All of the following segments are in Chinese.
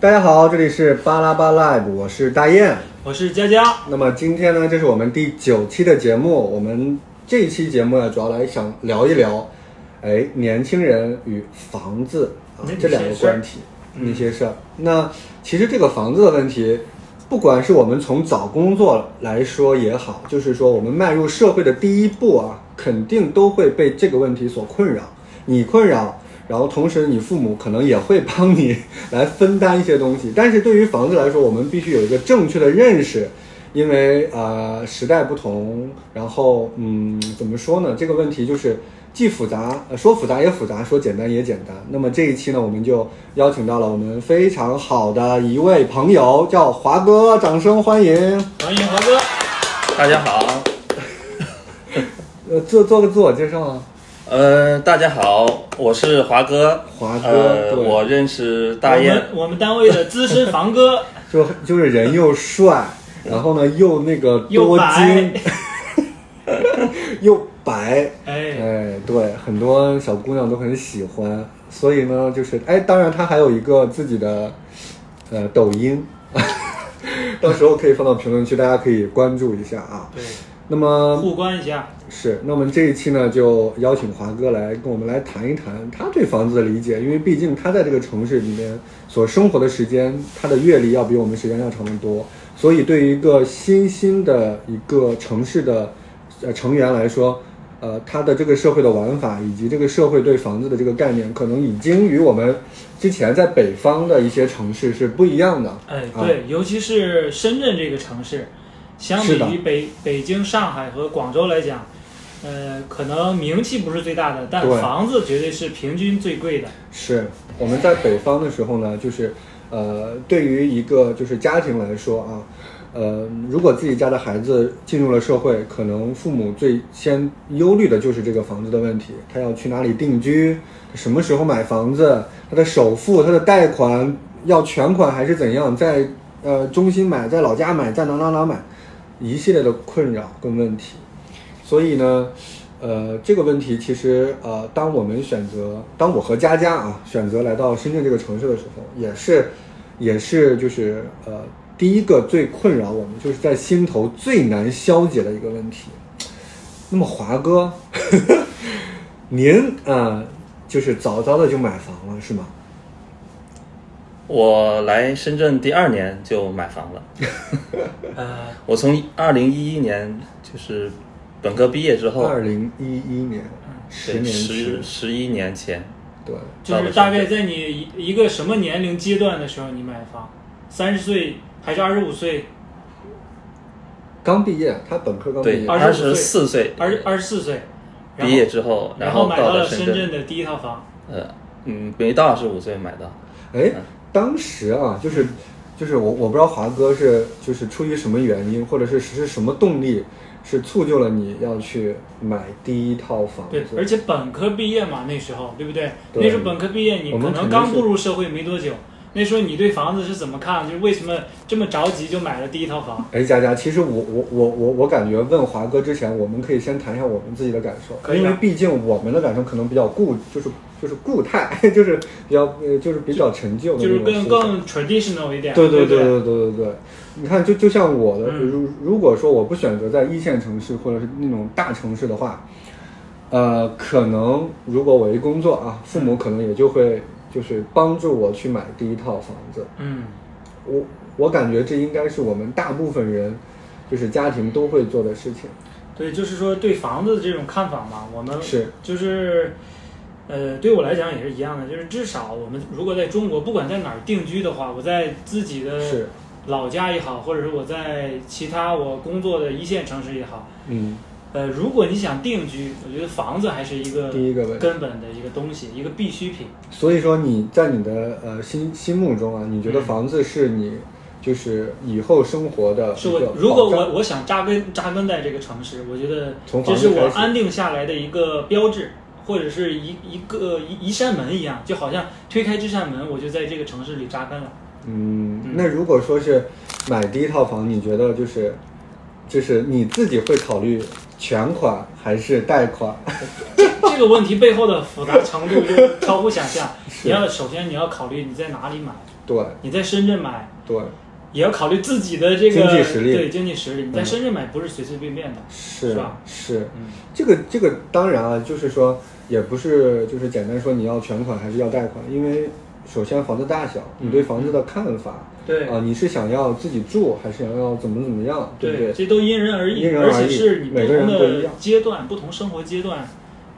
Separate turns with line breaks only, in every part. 大家好，这里是巴拉巴 live，我是大雁。
我是佳佳，
那么今天呢，这是我们第九期的节目。我们这一期节目呢，主要来想聊一聊，哎，年轻人与房子啊
那
这两
些
个
事儿嗯
关系那些事儿。那其实这个房子的问题，不管是我们从找工作来说也好，就是说我们迈入社会的第一步啊，肯定都会被这个问题所困扰。你困扰，然后同时你父母可能也会帮你来分担一些东西。但是对于房子来说，我们必须有一个正确的认识，因为呃时代不同，然后嗯怎么说呢？这个问题就是既复杂，呃说复杂也复杂，说简单也简单。那么这一期呢，我们就邀请到了我们非常好的一位朋友，叫华哥，掌声欢迎。
欢迎华哥。
大家好，
呃，做做个自我介绍啊。
呃，大家好，我是华哥。
华哥
呃，
对
我认识大
我
雁，
们我们单位的资深 房哥，
就就是人又帅，然后呢又那个
又
多
白
金， 又白，
哎，
哎，对，很多小姑娘都很喜欢，所以呢，就是哎，当然他还有一个自己的呃抖音， 到时候可以放到评论区，大家可以关注一下啊。
对，
那么
互关一下，
是，那我们这一期呢，就邀请华哥来跟我们来谈一谈他对房子的理解，因为毕竟他在这个城市里面所生活的时间，他的阅历要比我们时间要长得多，所以对于一个新兴的一个城市的呃成员来说，呃，他的这个社会的玩法以及这个社会对房子的这个概念，可能已经与我们之前在北方的一些城市是不一样的。
哎，
啊
对，尤其是深圳这个城市，相
是
比
的
于北北京、上海和广州来讲，呃，可能名气不是最大的，但
对
房子绝对是平均最贵的。
是我们在北方的时候呢，就是呃，对于一个就是家庭来说啊，呃，如果自己家的孩子进入了社会，可能父母最先忧虑的就是这个房子的问题，他要去哪里定居，什么时候买房子，他的首付、他的贷款要全款还是怎样，在呃中心买，在老家买，在哪哪哪买，一系列的困扰跟问题。所以呢，呃，这个问题其实呃，当我们选择，当我和佳佳啊选择来到深圳这个城市的时候，也是，也是就是呃，第一个最困扰我们，就是在心头最难消解的一个问题。那么华哥， 您啊、呃就是早早的就买房了是吗？
我来深圳第二年就买房了。
呃，
我从二零一一年就是本科毕业之后，
二零一一年，十
对
年
十
前，
十一年前，
对，
就是大概在你一一个什么年龄阶段的时候，你买房，三十岁还是二十五岁，
刚毕业，他本科刚毕
对，
业，
25
二
岁
十四岁
二二十四岁，然
毕
后
业之后，
然
后
后买
到
到
了
了
深
深圳，的第一套房。
呃，嗯，没到二十五岁买到。
哎，当时啊，就是就是我我不知道华哥是就是出于什么原因，或者是是什么动力，是促就了你要去买第一套房
对
子。，
而且本科毕业嘛，那时候对不对？
对
那时候本科毕业，你
我们
可
肯定
能刚
是
步入社会没多久，那时候你对房子是怎么看？就是为什么这么着急就买了第一套房？
哎，佳佳，其实我我我我我感觉问华哥之前，我们可以先谈一下我们自己的感受，
可以啊
因为毕竟我们的感受可能比较固，就是就是固态， 就是比较呃就是比较陈旧的
就
那种
是更
思想
更 traditional 一点，
对
对
对
不
对对对对，你看，就就像我的，
嗯
如如果说我不选择在一线城市或者是那种大城市的话，呃，可能如果我一工作啊，父
嗯
母可能也就会就是帮助我去买第一套房子。
嗯，
我我感觉这应该是我们大部分人，就是家庭都会做的事情。
对，就是说对房子的这种看法嘛，我们
是
就是。呃，对我来讲也是一样的，就是至少我们如果在中国，不管在哪儿定居的话，我在自己的
是，
老家也好，或者是我在其他我工作的一线城市也好，
嗯，
呃，如果你想定居，我觉得房子还是一个
第一个问题。
根本的一个东西，一个必需品。
所以说你在你的呃心心目中啊，你觉得
嗯
房子是你就是以后生活的
是
呃一
我
个
如果
保障
我我想扎根扎根在这个城市，我觉得
从
这
房
是
子
我
开始
安定下来的一个标志，或者是一一个一一扇门一样，就好像推开这扇门，我就在这个城市里扎根了。
嗯
嗯，
那如果说是买第一套房，你觉得就是就是你自己会考虑全款还是贷款？
这个问题背后的复杂程度就超乎想 象。你要首先你要考虑你在哪里买，
对
你在深圳买，
对，
也要考虑自己的这个
经济实力嗯
对经济实力，你在深圳买不是随随便便的。
是
是吧
是，
嗯，
这个这个当然啊，就是说也不是就是简单说你要全款还是要贷款，因为首先房子大小，你对房子的看法，
嗯对
啊，你是想要自己住还是想要怎么怎么样，对不对？
这都因人而异，
因人而异
且是你
每
不
个人
同
不一
的
样
阶段、不同生活阶段，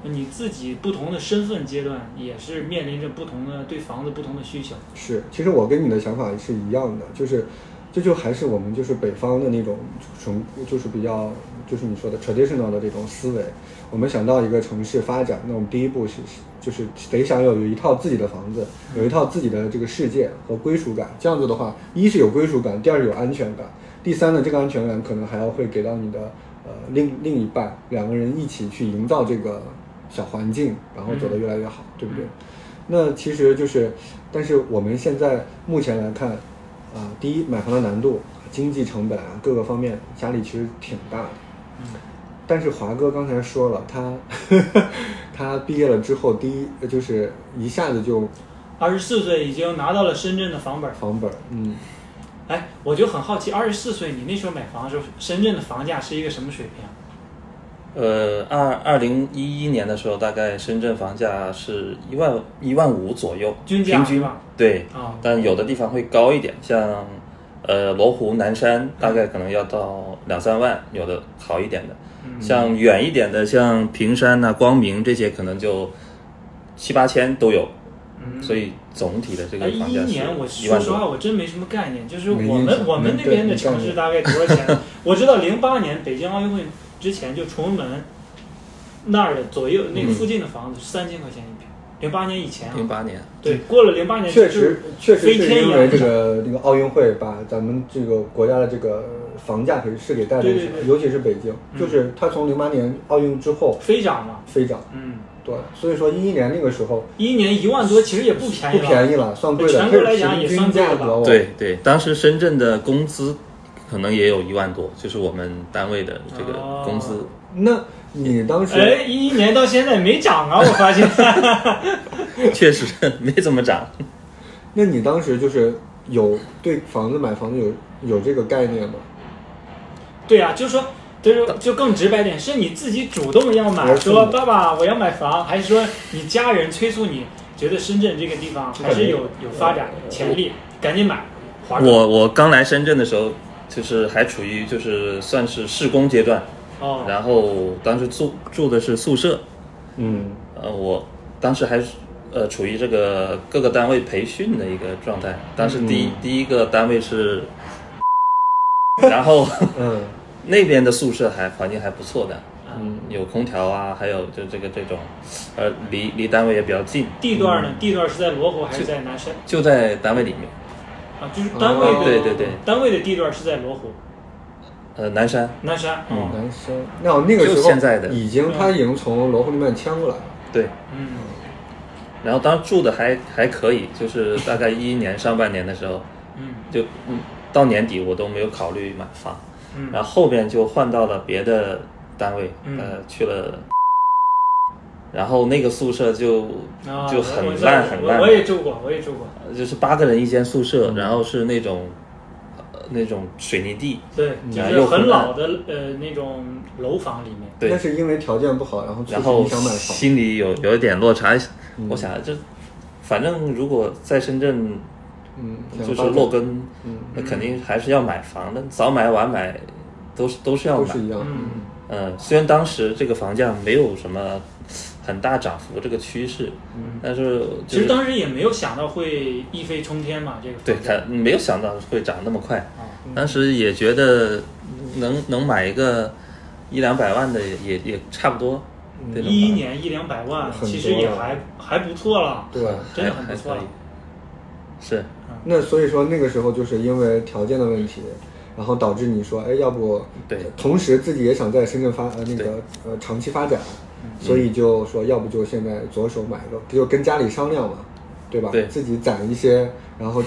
你自己不同的身份阶段，也是面临着不同的对房子不同的需求。
是，其实我跟你的想法是一样的，就是，这就还是我们就是北方的那种从就是比较就是你说的 traditional 的这种思维。我们想到一个城市发展，那我们第一步是就是得想有有一套自己的房子，有一套自己的这个世界和归属感。这样子的话，一是有归属感，第二是有安全感，第三呢，这个安全感可能还要会给到你的呃另另一半，两个人一起去营造这个小环境，然后走得越来越好，对不对？那其实就是，但是我们现在目前来看，啊、第一买房的难度、经济成本啊各个方面，压力其实挺大的。但是华哥刚才说了，他 他毕业了之后，第一就是一下子就
二十四岁已经拿到了深圳的房本儿，
房本儿，嗯，
哎，我就很好奇，二十四岁你那时候买房的时候，深圳的房价是一个什么水平啊？
呃，二二零一一年的时候，大概深圳房价是一万一万五左右，
均价
平
是
均
吧
对，
啊
但有的地方会高一点，像呃罗湖、南山，大概可能要到两三万，有的好一点的，
嗯
嗯
像远一点的，像坪山呐、光明这些，可能就七八千都有。
嗯
所以总体的这
嗯哎，
个
一
房
一
价是
年我
一
说
万
实话，
多。
我真没什么概念。就是
没
我
印象
们我们
没
那边的
没概
城
念
市大概多少钱？我知道零八年北京奥运会之前就崇文门那儿的左右那个
嗯
附近的房子是三千块钱一平，零八年以前
零
啊。
八年，
对，过了零八
嗯
年
确
就
实
是
确实
飞
是
天一
因
样
为这个这个奥运会把咱们这个国家的这个房价给是给带动起
对
来
对，对
尤其是北京，
嗯
就是它从零八年奥运之后
飞涨嘛。
飞涨，
嗯，
对，所以说一一年那个时候
一年一万多其实也不便宜
不
了。
便宜了，算贵的，
哎全国来讲
这
也
是
算
平均
贵了
价
吧
格哦，
对对，当时深圳的工资可能也有一万多，就是我们单位的这个工资。
哦
那你当时
哎，一一年到现在没涨啊，我 发现。
确实没怎么涨。
那你当时就是有对房子买房子有有这个概念吗？
对啊，就是说，就是就更直白点，是你自己主动要
还
买，
是父母
说爸爸我要买房，还是说你家人催促你，觉得深圳这个地方还是有有发展潜力，赶紧买，划算
我我刚来深圳的时候，就是还处于就是算是试工阶段，
哦，
然后当时住住的是宿舍，
嗯，
呃，我当时还是呃处于这个各个单位培训的一个状态。当时第一、第一个单位是， 然后
嗯
那边的宿舍还环境还不错的，
嗯，
有空调啊，还有就这个这种，呃，离离单位也比较近，
地段呢？地段是在罗湖还是在南山？
就在单位里面。
啊，就是单位的、
哦
对对对
单位的地段是在罗湖
呃，南山，
南山。
嗯
哦，
男生，那那个时候
就现在的
已经他已经从罗湖那边迁过来了，
对，
嗯，
然后当时住的还还可以， 就是大概一一年上半年的时候，
嗯
就嗯到年底我都没有考虑买房，
嗯
然后后边就换到了别的单位，
嗯
呃，去了，然后那个宿舍就
啊，
就
我
很
知道
烂很烂
我，我也嗯住过，我也住过。
呃就是八个人一间宿舍，然后是那种呃那种水泥地，
对，就
啊
是
又很
很
烂
老的呃那种楼房里面。
对
那，是因为条件不好，然后促
然
使
后
你想买房。
心里有有一点落差，
嗯
我想这反正如果在深圳
嗯，
就是
想
落根
嗯，
那肯定还是要买房的，早买晚买都是都是要
都
买
是。一样，
嗯
嗯，虽然当时这个房价没有什么很大涨幅这个趋势，但是
其
就
实
是
当时也没有想到会一飞冲天嘛，这个
对
房价
它没有想到会涨那么快
啊，
当时也觉得能能买一个一两百万的也也也差不多。这
嗯
种
一一
房
年一两百万，
很多
其实也还还不错了，
对。
真的很不错
还
了
还可。以是
那所以说那个时候就是因为条件的问题，然后导致你说，哎，要不
对
同时自己也想在深圳发呃那个
对
呃长期发展，所以就说要不就现在着手买个，就跟家里商量嘛，对吧？
对
自己攒一些，然后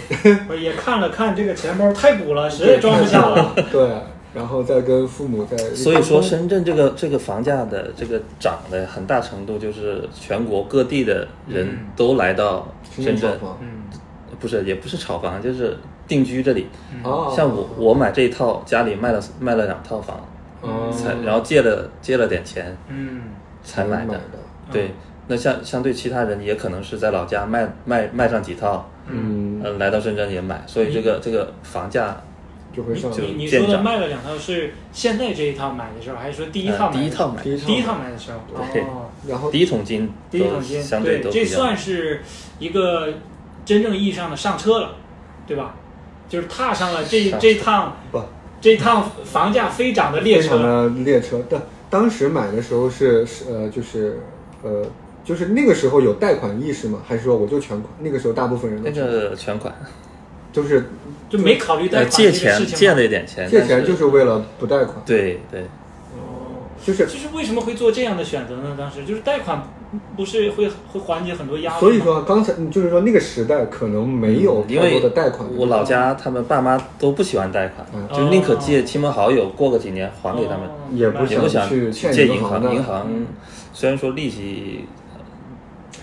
不是也看了看这个钱包太鼓了，实在装不下了。
对，然后再跟父母在，
所以说，深圳这个这个房价的这个涨的很大程度就是全国各地的人
嗯
都来到深圳，
房
嗯
不是也不是炒房，就是定居这里。
哦，
像我我买这一套，家里卖了卖了两套房，
哦
才然后借了借了点钱
嗯
才买
的
的。，对，那相相对其他人也可能是在老家卖卖卖上几套，
嗯，
呃，来到深圳也买，所以这
嗯
个这个房价
就会
你
上
就
你你
见
说的
长
卖了两套是现在这一套买的时候，还是说第一套
呃
买的
第一
时候？
套买
第一套
第一套买的时候，
对
哦，
然后
第一桶金
第一
都
桶金，
相对都
这
比较
算是一个真正意义上的上车了，对吧？就是踏上了这
上车
这趟
不
这趟房价飞涨的呃列
非常
车，
的呃列车，但当时买的时候是是呃就是呃就是那个时候有贷款意识吗？还是说我就全款？那个时候大部分人都
那个全款，
都是
就没考虑贷
呃，
款
借
这个
钱
事
借
情吗。
了一点钱，
借
但
钱就是为了不贷款，
对对，
就是
就是为什么会做这样的选择呢？当时就是贷款不是会会缓解很多压力吗？
嗯所以说啊刚才就是说那个时代可能没有
嗯因
太
为
多的贷款，
我老家他们爸妈都不喜欢贷款，
嗯
就宁可借亲朋好友，过个几年还给他们，
哦
也不
明白
也不想
去欠
借
银
银
行
行。
的嗯
银行虽然说利息，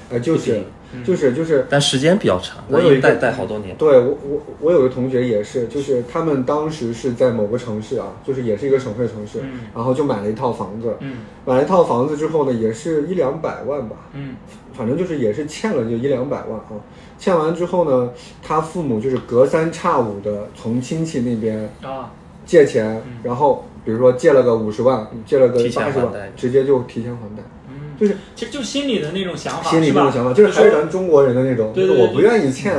呃就是就是就是
但时间比较长，
我有一个
贷贷好多年。
对我我我有个同学也是，就是他们当时是在某个城市啊，就是也是一个省会城市，
嗯
然后就买了一套房子，
嗯
买了一套房子之后呢，也是一两百万吧，
嗯
反正就是也是欠了就一两百万啊。欠完之后呢，他父母就是隔三差五的从亲戚那边
啊
借钱，
嗯
然后比如说借了个五十万，借了个
提前
八十
还贷
万，直接就提前还贷，
嗯，
就是
其实就是心里的那种想法，
心里
啊是
这
吧
种想法，就是还
说
是咱中国人的那种，
对
就是
对
我
对嗯
不愿意欠。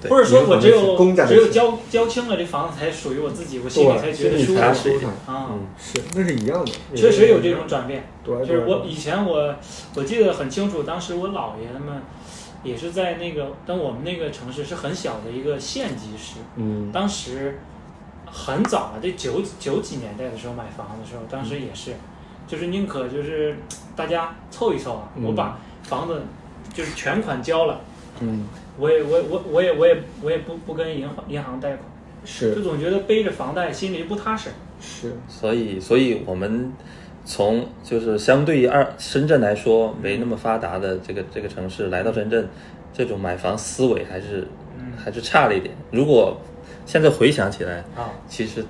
对
或者说我只
银行
有
是公家的
只有
钱
交交清了这房子才属于我自己，我心里
对，
才觉
心
得
里
舒
才
服
舒
服
坦。
啊。
嗯，
是，那是一样的，
确实有这种转变，
对，啊
就
对，
是我以前我我记得很清楚，当时我姥爷他们也是在那个，但我们那个城市是很小的一个县级市，
嗯
当时很早啊了，这九九几年代的时候买房的时候，当时也是，就是宁可就是大家凑一凑啊，
嗯
我把房子就是全款交了，
嗯
我也我也我我也我也我也不不跟银行银行贷款。就是总觉得背着房贷心里不踏实。
是，
所以所以我们从就是相对于二深圳来说没那么发达的这个这个城市来到深圳，这种买房思维还是
嗯
还是差了一点。如果现在回想起来，
啊，
其实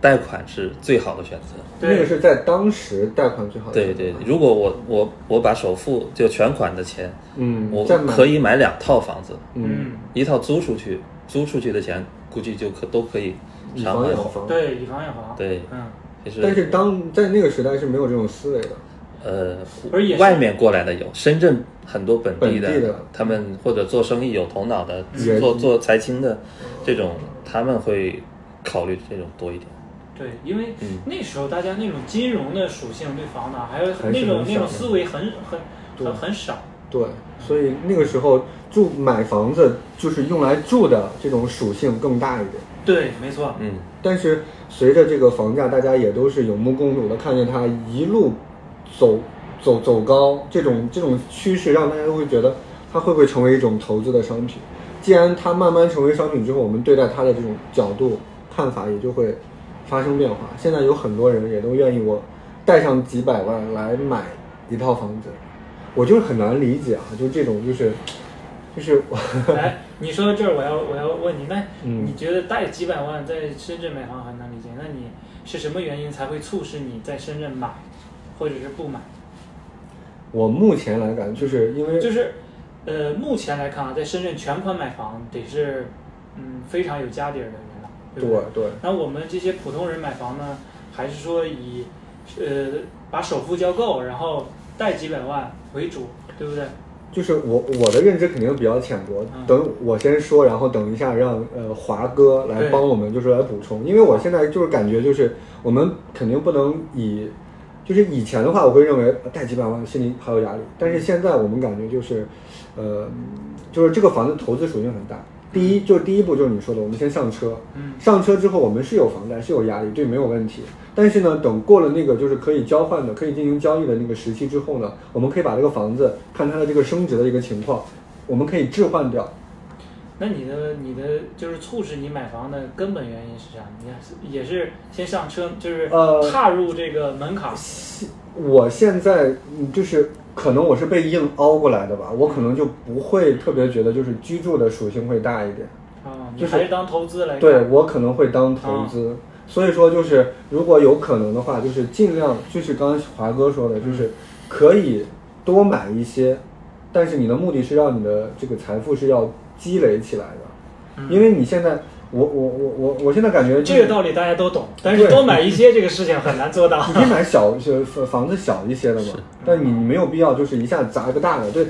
贷款是最好的选择。
那个
对，
是在当时贷款最好的，
对对，如果我我我把首付就全款的钱，
嗯，
我
再买
可，以买两套房子，
嗯，
嗯，
一套租出去，租出去的钱估计就可都可以
以
偿
房
还
养。房，，
对，以房养房。，
对，
嗯，
其实
但是当在那个时代是没有这种思维的，
呃
而也，是
外面过来的有，深圳很多本地的，
本地的
他们或者做生意有头脑的，
嗯
做做财经的这种，他们会考虑这种多一点。
对，因为
嗯
那时候大家那种金融的属性对房呢，还有
还是
那种
很少
那种思维很很
对
很很少。
对，所以那个时候住买房子就是用来住的这种属性更大一点。
对，没错。
嗯，
但是随着这个房价，大家也都是有目共睹的，看见它一路走走走高，这种这种趋势让大家都会觉得它会不会成为一种投资的商品？既然它慢慢成为商品之后，我们对待它的这种角度看法也就会发生变化。现在有很多人也都愿意我带上几百万来买一套房子，我就是很难理解啊，就这种就是就是我
来，你说到这儿，我要我要问你，那
嗯
你觉得贷几百万在深圳买房很难理解？那你是什么原因才会促使你在深圳买，或者是不买？
我目前来感，就是因为
就是，呃，目前来看啊，在深圳全款买房得是，嗯，非常有家底儿的人了，
对
不对？
对
那我们这些普通人买房呢，还是说以，呃，把首付交够，然后贷几百万为主，对不对？
就是我我的认知肯定比较浅薄
嗯，
等我先说，然后等一下让呃华哥来
对
帮我们，就是来补充，因为我现在就是感觉就是我们肯定不能以，就是以前的话我会认为呃贷几百万心里还有压力，但是现在我们感觉就是，呃，就是这个房子投资属性很大，第一就是第一步就是你说的，我们先上车，
嗯
上车之后，我们是有房贷，是有压力，这没有问题。但是呢，等过了那个就是可以交换的、可以进行交易的那个时期之后呢，我们可以把这个房子看它的这个升值的一个情况，我们可以置换掉。
那你的你的就是促使你买房的根本原因是啥？你看也是先上车，就是
呃
踏入这个门槛，
我现在嗯就是可能我是被硬凹过来的吧，我可能就不会特别觉得就是居住的属性会大一点，
啊，你
就是
还是当投资来看
对我可能会当投资。所以说就是如果有可能的话，就是尽量就是刚刚华哥说的，就是可以多买一些，但是你的目的是让你的这个财富是要积累起来的，因为你现在我我我我我现在感觉就是
嗯这个道理大家都懂，但是
对
多买一些这个事情很难做到
你。可以买小就房房子小一些的嘛，但你没有必要就是一下子砸一个大的。对，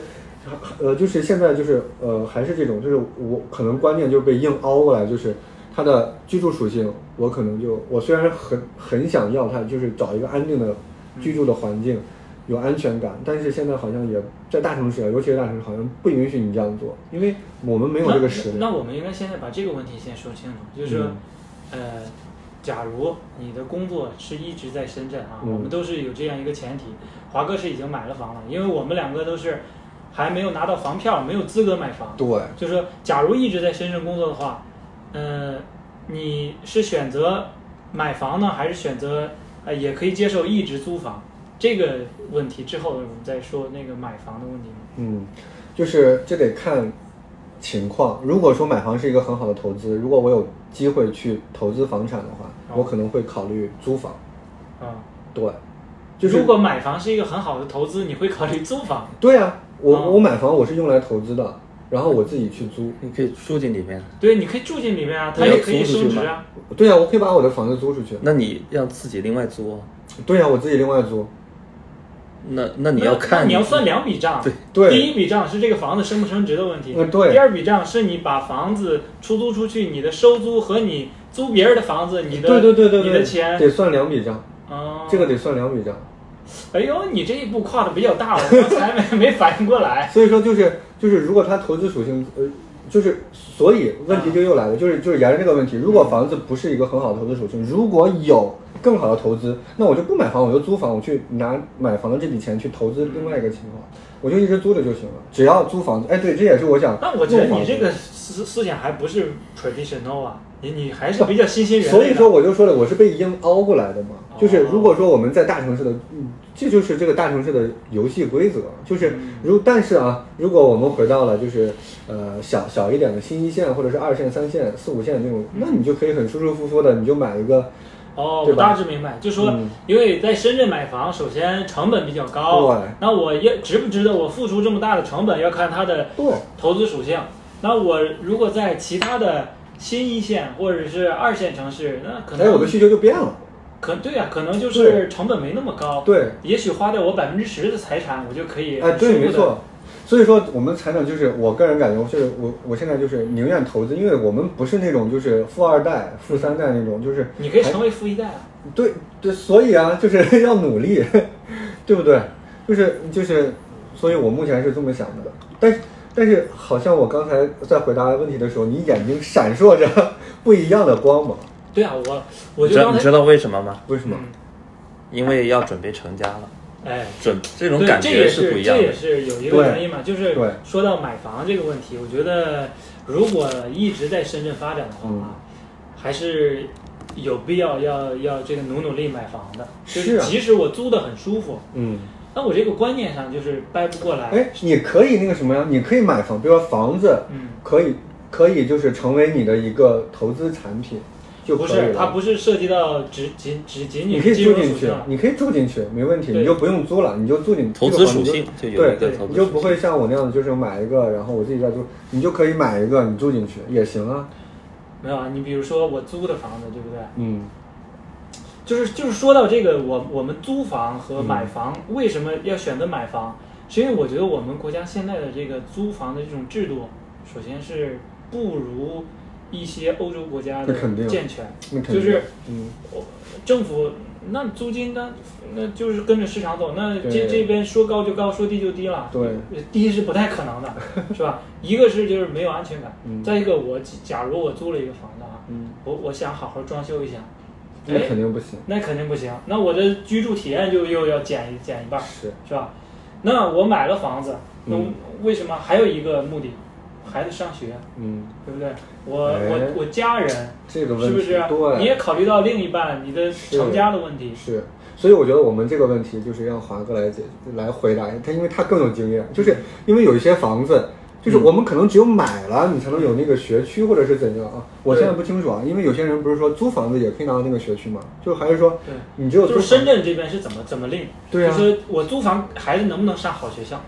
呃，就是现在就是呃，还是这种，就是我可能观念就被硬凹过来，就是它的居住属性，我可能就我虽然很很想要它，就是找一个安定的居住的环境，有安全感，但是现在好像也在大城市，啊，尤其是大城市，好像不允许你这样做，因为我 们没有这个实力
那。。那我们应该现在把这个问题先说清楚，就是说，
嗯
呃，假如你的工作是一直在深圳啊，
嗯
我们都是有这样一个前提。华哥是已经买了房了，因为我们两个都是还没有拿到房票，没有资格买房。
对，
就是说，假如一直在深圳工作的话，呃，你是选择买房呢，还是选择呃也可以接受一直租房？这个问题之后我们再说那个买房的问题吗？
嗯，就是这得看情况。如果说买房是一个很好的投资，如果我有机会去投资房产的话，
哦
我可能会考虑租房。
啊、
对，就是
如果买房是一个很好的投资，你会考虑租房。
对啊，我、
哦
我买房我是用来投资的，然后我自己去租。
你可以住进里面。
对，你可以住进里面啊，它
对
也可以
租出
升
去
值
嘛
啊。
对啊，我可以把我的房子租出去。
那你要自己另外租啊？
对啊，我自己另外租。
那那
那
你要看
那你要算两笔账。
对
对
第一笔账是这个房子升不升值的问题。
呃对
第二笔账是你把房子出租出去，你的收租和你租别人的房子，你的
对对对对对，
你的钱。
得算两笔账，
哦
这个得算两笔账。
哎呦，你这一步跨的比较大，我 刚才没没反应过来。
所以说就是就是，如果它投资属性呃，就是所以问
嗯
题就又来了，就是就是沿着这个问题，如果房子不是一个很好的投资属性，如果有更好的投资，那我就不买房，我就租房，我去拿买房的这笔钱去投资另外一个情况，我就一直租着就行了，只要租房子。哎，对，这也是我想。
但我觉得你这个。 思思想还不是 traditional 啊，你你还是比较新兴人类的。哦
所以说，我就说了，我是被硬凹过来的嘛。就是如果说我们在大城市的，嗯这就是这个大城市的游戏规则。就是
嗯
如但是啊，如果我们回到了就是呃小小一点的新一线或者是二线、三线、四五线这种，那你就可以很舒舒服服的，你就买一个。
哦，我
对吧
大致明白，就说、
嗯
因为在深圳买房，首先成本比较高
对，
那我也值不值得我付出这么大的成本，要看它的
对
投资属性。那我如果在其他的新一线或者是二线城市，那可
哎，我
能
的需求就变了。
可对呀、可能就是成本没那么高，
对，
也许花掉我百分之十的财产，我就可以
哎，对，
很舒服地
没错。所以说，我们财产就是我个人感觉，就是我我现在就是宁愿投资，因为我们不是那种就是富二代、富三代那种，就是
你可以成为富一代啊。
对对，所以啊，就是 要努力，对不对？就是就是，所以我目前是这么想的。但是但是，好像我刚才在回答问题的时候，你眼睛闪烁着不一样的光芒，
对啊，我我
你
就
知道
刚
你知
才
道为什么吗？
为什么？
嗯
因为要准备成家了，
哎。
准这种
对，
感
这也
觉
是
不一样
这也
的。
是有一个
对
原因嘛，就是
对
说到买房这个问题，我觉得如果一直在深圳发展的话
嗯
啊，还是有必要要要这个努努力买房的。就是
啊
即使我租的很舒服，
嗯，
那我这个观念上就是掰不过来。
哎，你可以那个什么呀？你可以买房，比如说房子，
嗯，
可以可以就是成为你的一个投资产品，就可
不
以
是，
了
它不是涉及到只仅只仅
你
仅
可以
是金
住
融
进
属性
去啊
了，。
你可以住进去，没问题，
对
你就不用租了，你就住进
投
这
资
个房
属
子
性就有
对
一个投
你
资
就
属
不
性。
会像我那样子，就是买一个，然后我自己再住，你就可以买一个，你住进去也行啊。
没有啊，你比如说我租的房子，对不对？
嗯，
就是就是说到这个，我我们租房
嗯
和买房、为什么要选择买房？是因为我觉得我们国家现在的这个租房的这种制度，首先是不如一些欧洲国家的
那肯定
健全，
那肯定。
就是
嗯，
政府那租金那那就是跟着市场走，那这
对
这边说高就高，说低就低了。
对，
低是不太可 能的，是吧？一个是就是没有安全感，
嗯
再一个我假如我租了一个房子啊，
嗯，
我我想好好装修一下，
那
哎
肯定不行。
那肯定不行，那我的居住体验就又要减一减一半儿，
是，
是吧？那我买了房子，那
嗯
为什么还有一个目的？孩子上学，
嗯，
对不对？我、
哎
我我家人
这个
是
问
不
题
是？
对，
你也考虑到另一半、你的成家的问题，
是，所以我觉得我们这个问题就是让华哥来解来回答他，因为他更有经验，
嗯
就是因为有一些房子。就是我们可能只有买了，你才能有那个学区或者是怎样啊？我现在不清楚啊，因为有些人不是说租房子也可以拿到那个学区嘛？就还是说
对。
你只有租
就是
房
深圳这边是怎么怎么令？
对啊
就是我租房，孩子能不能上好学校？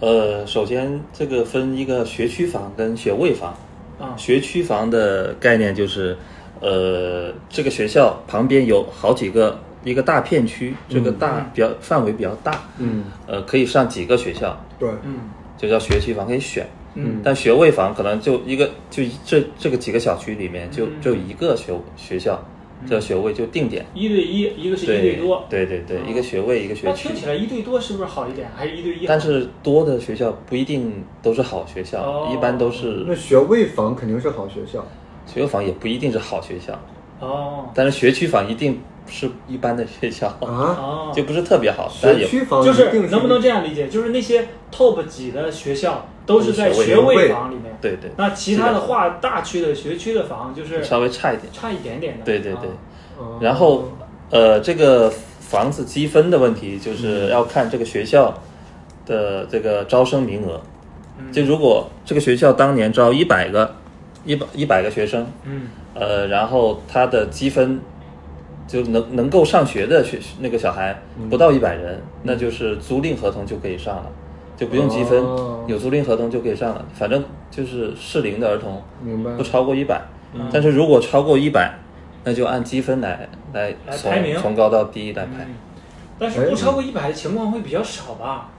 呃，首先这个分一个学区房跟学位房。
啊、
学区房的概念就是，呃，这个学校旁边有好几个一个大片区，这个大、
嗯
比较范围比较大，
嗯，
呃，可以上几个学校，
对，
嗯
就叫学区房可以选。
嗯
但学位房可能就一个，就一这这个几个小区里面就
嗯
就一个学学校，这学位就定点。
一对一，一个是一
对
对多。
对对对，
哦
一个学位一个
那
学区
听，起来一对多是不是好一点？还是一对一好？
但是多的学校不一定都是好学
哦
校，一般都是
那学位房肯定是好学校，
学位房也不一定是好学校，
哦
但是学区房一定是一般的学校。
啊，
哦，
就不是特别好，但
学
也
区房
就
一定
能不能这样理解？就是那些 top 几的学校都是在
都是
学
学
位
位房里面，
对对，
那其他
是
的
的
划大区的学区的房就是
稍微差一点。
差一点点的。
对对
啊
对，
哦
然后呃，这个房子积分的问题
嗯
就是要看这个学校的这个招生名额。
嗯
就如果这个学校当年招一百个，一百一百个学生，
嗯
呃，然后他的积分就能能够上学的学那个小孩
嗯
不到一百人，那就是租赁合同就可以上了，就不用积分
哦，
有租赁合同就可以上了。反正就是适龄的儿童
明白
不超过一百
嗯，
但是如果超过一百，那就按积分来来
来
从
排名
从高到低来排
嗯。，但是不超过一百的情况会比较少吧？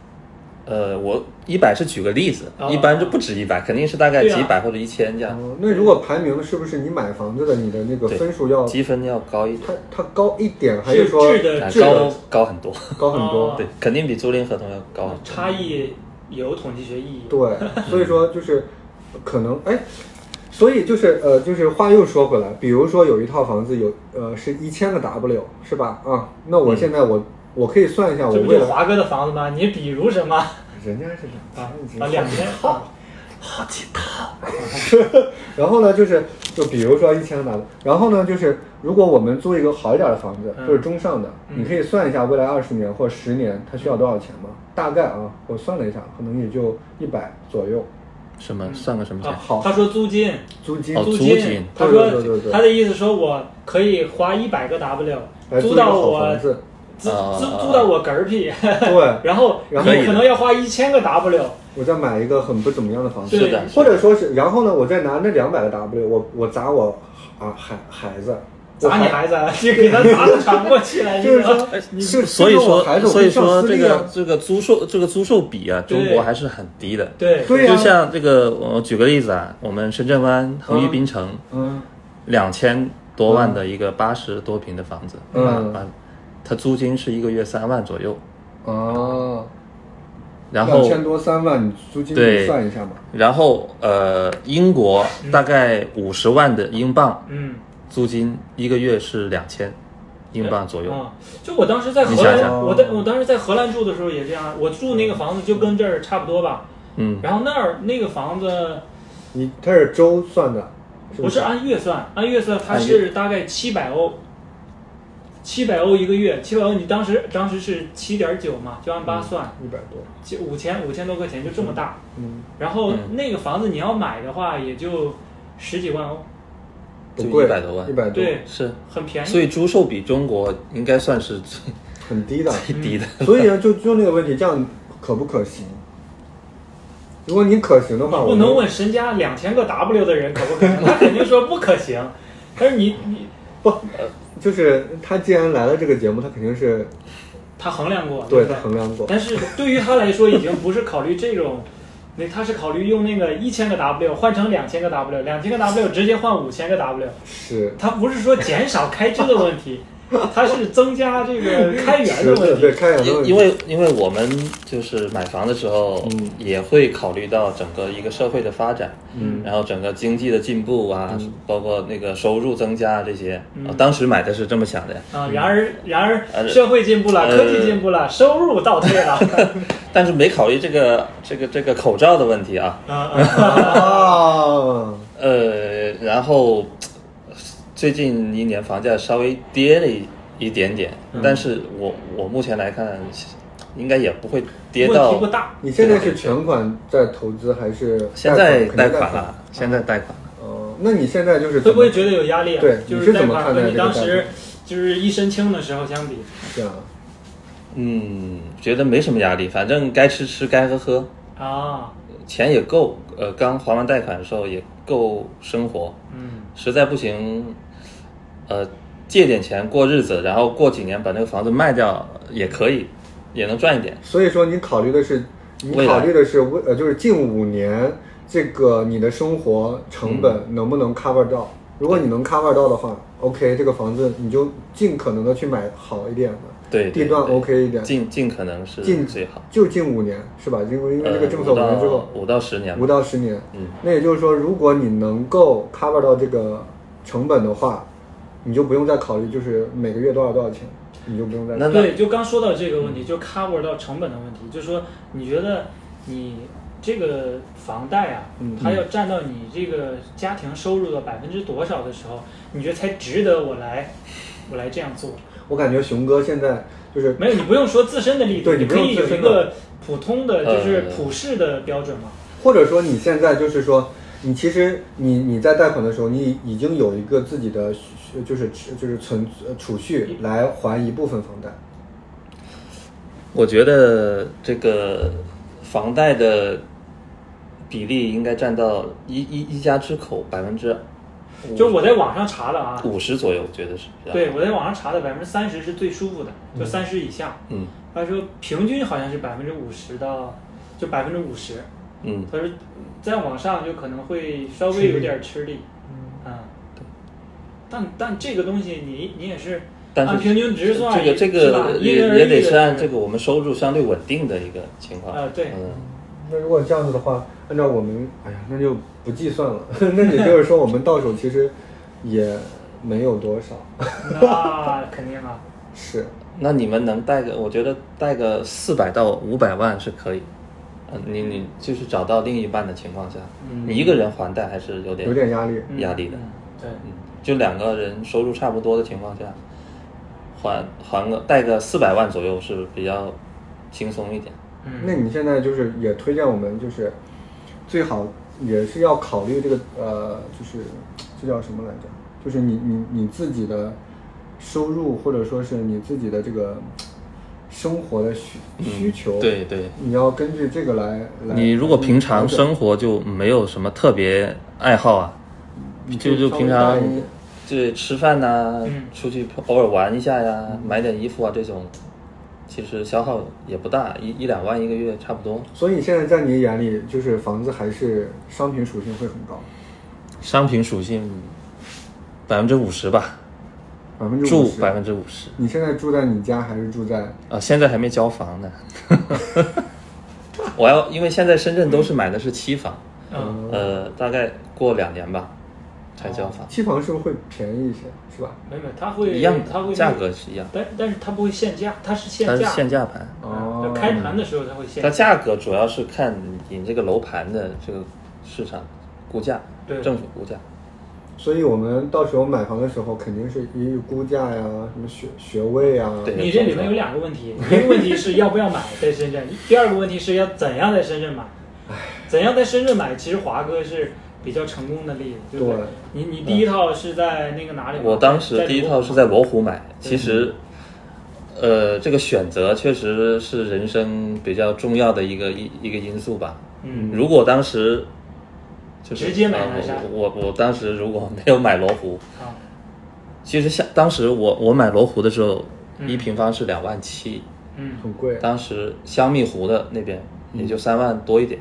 呃，我一百是举个例子
哦，
一般就不止一百，肯定是大概
对啊嗯
几百或者一千这样，
哦那如果排名是不是你买房子的你的那个
对
分数要
积分要高一点
它，它高一点，还
是
是说
质的
啊
质
高
的
高很多。
高很多？
哦
对，肯定比租赁合同要高。
差异有统计学意义。
哦对，所以说就是可能哎，所以就是呃，就是话又说回来，比如说有一套房子有呃是一千个 W 是吧？啊，那我现在我、我可以算一下我
这不
未
就
来，
华哥的房子吗？你比如什么啊？
人家是
啊
两，千，
两千啊套，
好几套。
然后呢就是就比如说一千个 W，然后呢就是如果我们租一个好一点的房子，
嗯
就是中上的，
嗯
你可以算一下未来二十年或十年它需要多少钱吗？大概啊，我算了一下，可能也就一百左右，
什么算个什么钱？
好
啊他说租金，
租金。
哦
租
租金
他
对
说
对对对对
他的意思说我可以花一百个 W
来哎租一个
到
好
我
房
租
子，
租
啊啊啊
租到我嗝儿屁，
对，
然后
然
后
你可能要花一千个 W，
我再买一个很不怎么样的房子，
对
是的，
或者说是，然后呢，我再拿那两百个 W，我我砸我啊孩孩子，我
砸你孩子，啊你给他砸的喘不过气来，你
就是
知道吗
说，你
是哎所以
我孩子
说
我
所以
可上
说
私
这
立啊
个这个租售这个租售比啊，
对
中国还是很低的。
对
对呀
就像这个，我举个例子啊，我们深圳湾恒裕滨城
嗯
两千多万的一个八十多平的房子，
嗯
啊，啊它租金是一个月三万左右，
啊，
然
两
后
千多三万，你租金
对
你算一下嘛，
然后呃，英国大概五十万的英镑
嗯，
租金一个月是两千英镑左右，
啊，就我当时在荷
你想
兰，
想
我在我当时在荷兰住的时候也这样，我住那个房子就跟这儿差不多吧，
嗯，
然后那儿那个房子
你它是周算的，是
不
是
是？
啊
按月算，按月算它
按月
是大概七百欧，七百欧一个月，七百欧你当时当时是七点九嘛，就按
嗯
八算，
一百多，
就五千五千多块钱就这么大，
嗯，
然后
嗯
那个房子你要买的话也就十几万欧，
不
就
贵，
100多万
一百多，
对，
是，
很便宜，
所以租售比中国应该算是最
很低的。
最低的。
所以呢，就就那个问题，这样可不可行？如果你可行的话，我
不能问身家两千个 W 的人可不可行，他肯定说不可行。但是你你
就是他既然来了这个节目，他肯定是
他衡量过，
对
不
他衡量过，
但是对于他来说，已经不是考虑这种，那他是考虑用那个一千个 W 换成两千个 W，两千个 W 直接换五千个 W，
是
他不是说减少开支的问题，它是增加这个开源的
是
问
对对，啊
题。
开源的问
因
题
因为因为我们就是买房的时候
嗯，
也会考虑到整个一个社会的发展，
嗯
然后整个经济的进步啊，包括那个收入增加这些。
嗯
呃当时买的是这么想的呀，
啊，然而然而
呃
社会进步了，
呃
科技进步了，收入倒退 了。
但是没考虑这个这个这个口罩的问题啊。
啊啊
啊，
呃，然后最近一年房价稍微跌了一一点点，但是我我目前来看，应该也不会跌
问
到
题不大。
你现在是全款在投资还是
现在
贷款
贷款
肯定款？
了，现在贷款了。
哦，那你现在就是
会
怎
不
么
会觉得有压力啊？
对
就
你
是
是
贷
怎么
款
看
和
待
你
这个
当
贷
时
款
就是一身轻的时候相比，
这样？
嗯，觉得没什么压力，反正该吃吃，该喝喝，嗯
啊，
钱也够。呃，刚还完贷款的时候也够生活，
嗯
实在不行，呃，借点钱过日子，然后过几年把那个房子卖掉也可以，也能赚一点。
所以说你考虑的是，你
未来
考虑的是未呃，就是近五年这个你的生活成本能不能 cover 到？如果你能 cover 到的话，OK，这个房子你就尽可能的去买好一点的，
对，
地段
对对嗯
OK 一点，
尽尽可能是
近
最好。
就近五年是吧？因为因为这个政策
呃
五年之后，
五到五到十年
五
吧，
到十年，
嗯，
那也就是说，如果你能够 cover 到这个成本的话，你就不用再考虑就是每个月多少多少钱，你就不用再
那
对，就刚说到这个问题，
嗯
就 cover 到成本的问题，就说你觉得你这个房贷啊，
嗯
它要占到你这个家庭收入的百分之多少的时候，你觉得才值得我来我来这样做？
我感觉熊哥现在就是
没有，你不用说自身的利度，
对
你
你不
可
用
以有
自
一
身的
个普通的，就是
呃
普世的标准嘛。
或者说你现在就是说，你其实你你在贷款的时候，你已经有一个自己的需就是就是存呃储蓄来还一部分房贷。
我觉得这个房贷的比例应该占到一一一家之口百分之
就是我在网上查的啊，
五十左右，我觉得是比较好。
对我在网上查的百分之三十是最舒服的，就三十以下。
嗯
他说平均好像是百分之五十到就百分之五十，
嗯，
他说再往上就可能会稍微有点吃力，嗯，但但这个东西你你也是
但
按
是
平均值算，
这个这
是吧
个
因
也
人而
也
异
得
的
是按这个我们收入相对稳定的一个情况。
啊对
嗯，
那如果这样子的话，按照我们，哎呀，那就不计算了。 那也就是说，我们到手其实也没有多少。
那 肯定啊，
是，
那你们能贷个，我觉得贷个四百到五百万是可以。嗯，你你就是找到另一半的情况下，你一个人还贷还是有点
有点压力。
嗯
压力的。
嗯对，
嗯，就两个人收入差不多的情况下，还还个贷个四百万左右是比较轻松一点。
嗯
那你现在就是也推荐我们，就是最好也是要考虑这个呃，就是这叫什么来着？就是你你你自己的收入，或者说是你自己的这个生活的需需求，
嗯对对，
你要根据这个来来。
你如果平常
调整
生活就没有什么特别爱好啊，就就平
稍
常
微大一点
对吃饭呐、
嗯
出去偶尔玩一下呀，买点衣服啊这种，其实消耗也不大，一一两万一个月差不多。
所以你现在在你眼里，就是房子还是商品属性会很高，
商品属性百分之五十吧，
百分之五
住
十。
百分之五十
你现在住在你家还是住在？
啊，现在还没交房呢。 我要，因为现在深圳都是买的是期房，
嗯，
呃，大概过两年吧才交房，
期房是不是会便宜一些，是吧？
没有没有，它会
一样
它会
的价格是一样的，
但但是它不会限价，它是限
它是
价，
限价哦盘，
嗯
哦
开盘的时候它会限
它
价，
价格主要是看你这个楼盘的这个市场估价，
对
政府估价，
所以我们到时候买房的时候，肯定是依估价呀，什么学学位啊，
对
你这里面有两个问题， 一个问题是要不要买在深圳，第二个问题是要怎样在深圳买。怎样在深圳买？其实华哥是比较成功的例子，就是
对
你你第一套是在那个哪里买？
我当时第一套是在
罗
罗湖买，其实，呃，这个选择确实是人生比较重要的一个一一个因素吧。
嗯，
如果当时就是
直接买
呃
南山
我我我当时如果没有买罗湖，
啊，
其实像当时我我买罗湖的时候，
嗯
一平方是两万七，
嗯
很贵。嗯
当时香蜜湖的那边也就三万多一点，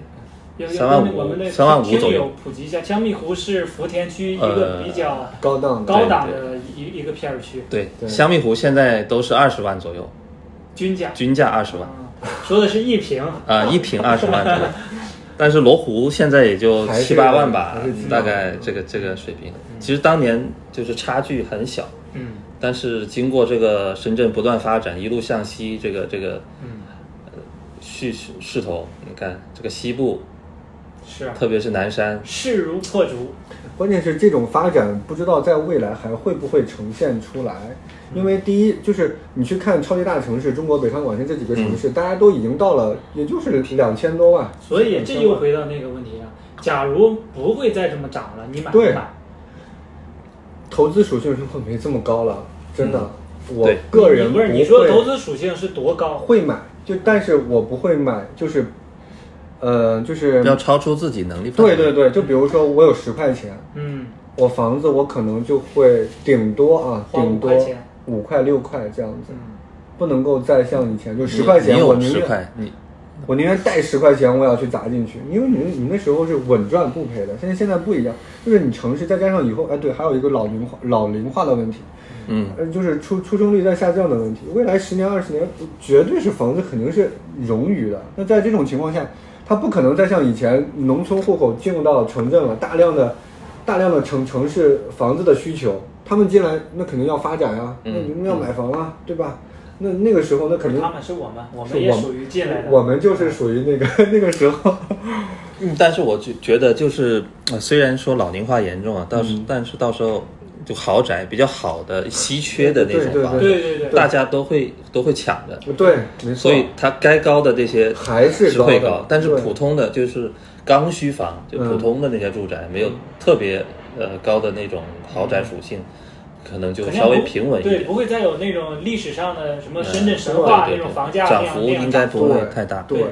要要
三万
跟
五
我们的
三万五
听
左右
友普及一下，江密湖是福田区一
呃
个比较
高档的
高档的一一个片儿区，
对，
对
香蜜湖现在都是二十万左右，
均价
均价二十万，
嗯说的是一平，
哦
呃，一瓶二十万左 右。但是罗湖现在也就
还是
七八万吧
还是嗯七，八万
大概这个这个水平。其实当年就是差距很小，
嗯
但是经过这个深圳不断发展，一路向西，这个这个
嗯，
势势头，你看这个西部，
是啊
特别是南山，
势如破竹，
关键是这种发展不知道在未来还会不会呈现出来，
嗯
因为第一就是你去看超级大城市，中国北上广深这几个城市，大家都已经到了，也就是两千多万，
嗯所以这又回到那个问题上，假如不会再这么涨了，你买不
对
买？
投资属性如果没这么高了，真的，我
对
个人
嗯你不是你
会
说投资属性是多高？
会买，就但是我不会买，就是，呃，就是
要超出自己能力范围。
对对对，就比如说我有十块钱，
嗯，
我房子我可能就会顶多啊，
花
顶
五
多
块钱
五块六块这样子，
嗯
不能够再像以前就
你
十块
你
钱，我
有
宁
十
愿
块，你
我宁愿带十块钱，我也要去砸进去，因为你们你那时候是稳赚不赔的，现在现在不一样，就是你城市再加上以后，哎对，还有一个老龄化老龄化的问题，
嗯，
呃，就是出出生率在下降的问题，未来十年二十年绝对是房子肯定是冗余的。那在这种情况下，它不可能再像以前农村户口进入到城镇了，大量的大量的城城市房子的需求，他们进来那肯定要发展啊，
嗯
那你们要买房啊，对吧？那那个时候那肯定
他们是我们，我
是
们也
我们
属于进来的，
我们就是属于那个 那个时候，
嗯但是我就觉得就是，呃虽然说老龄化严重啊，但
嗯
是、但是到时候就豪宅比较好的稀缺的那
对对
种房
对
对
子，
对对
大家都会都会抢着，
对，没错，
所以它该高的这些
还是
是会
高的
高，但是
对嗯
普通的就是刚需房，就普通的那些住宅，没有特别呃高的那种豪宅属性，可能就
肯定
稍微
不
平稳一
对，
点。嗯
不会再有那种历史上的什么深圳神话那
对对
种
对
房价那
涨
样
幅
那样
应该
涨
不会太大。
对
对，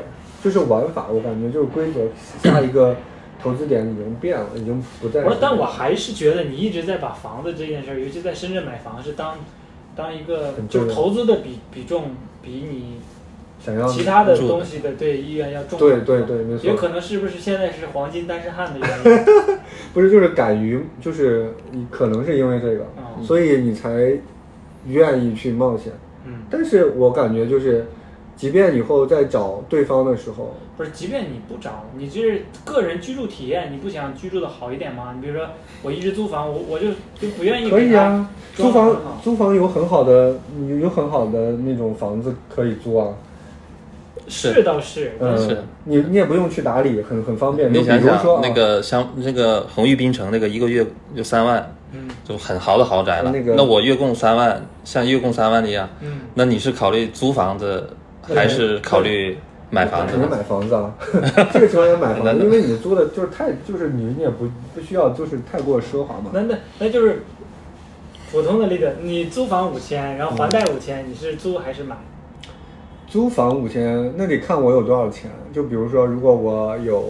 就是玩法，我感觉就是规则下一个投资点已经变了，已经不再是。
我说，但我还是觉得你一直在把房子这件事儿，尤其在深圳买房是当当一个
很重
就
要
是投资的比比重比你
想要
其他的
住
东西的对意愿要重。
对对对，没
也
错，
可能是不是现在是黄金单身汉的原因？
不是就是敢于，就是你可能是因为这个，
嗯
所以你才愿意去冒险。
嗯，
但是我感觉就是，即便以后再找对方的时候，
不是，即便你不找，你就是个人居住体验，你不想居住的好一点吗？你比如说，我一直租房，我我就就不愿意
可
给
以
他
啊，租
装
房
得很好
租房有很好的有有很好的那种房子可以租啊，
是倒是，
嗯，
是
你你也不用去打理，很很方便。
你
就比
想
如
想
说啊
那个像那个红玉冰城那个一个月就三万，
嗯
就很豪的豪宅了。
那个
我月供三万，像月供三万的一样，
嗯，
那你是考虑租房子
对
还是考虑买房子
肯定
呢？
买房子 啊，这个情况下买房子，因为你租的就是太就是你也不不需要就是太过奢华嘛。
那那那就是普通的例子，你租房五千，然后还贷五千，你是租还是买？
租房五千，那得看我有多少钱。就比如说，如果我有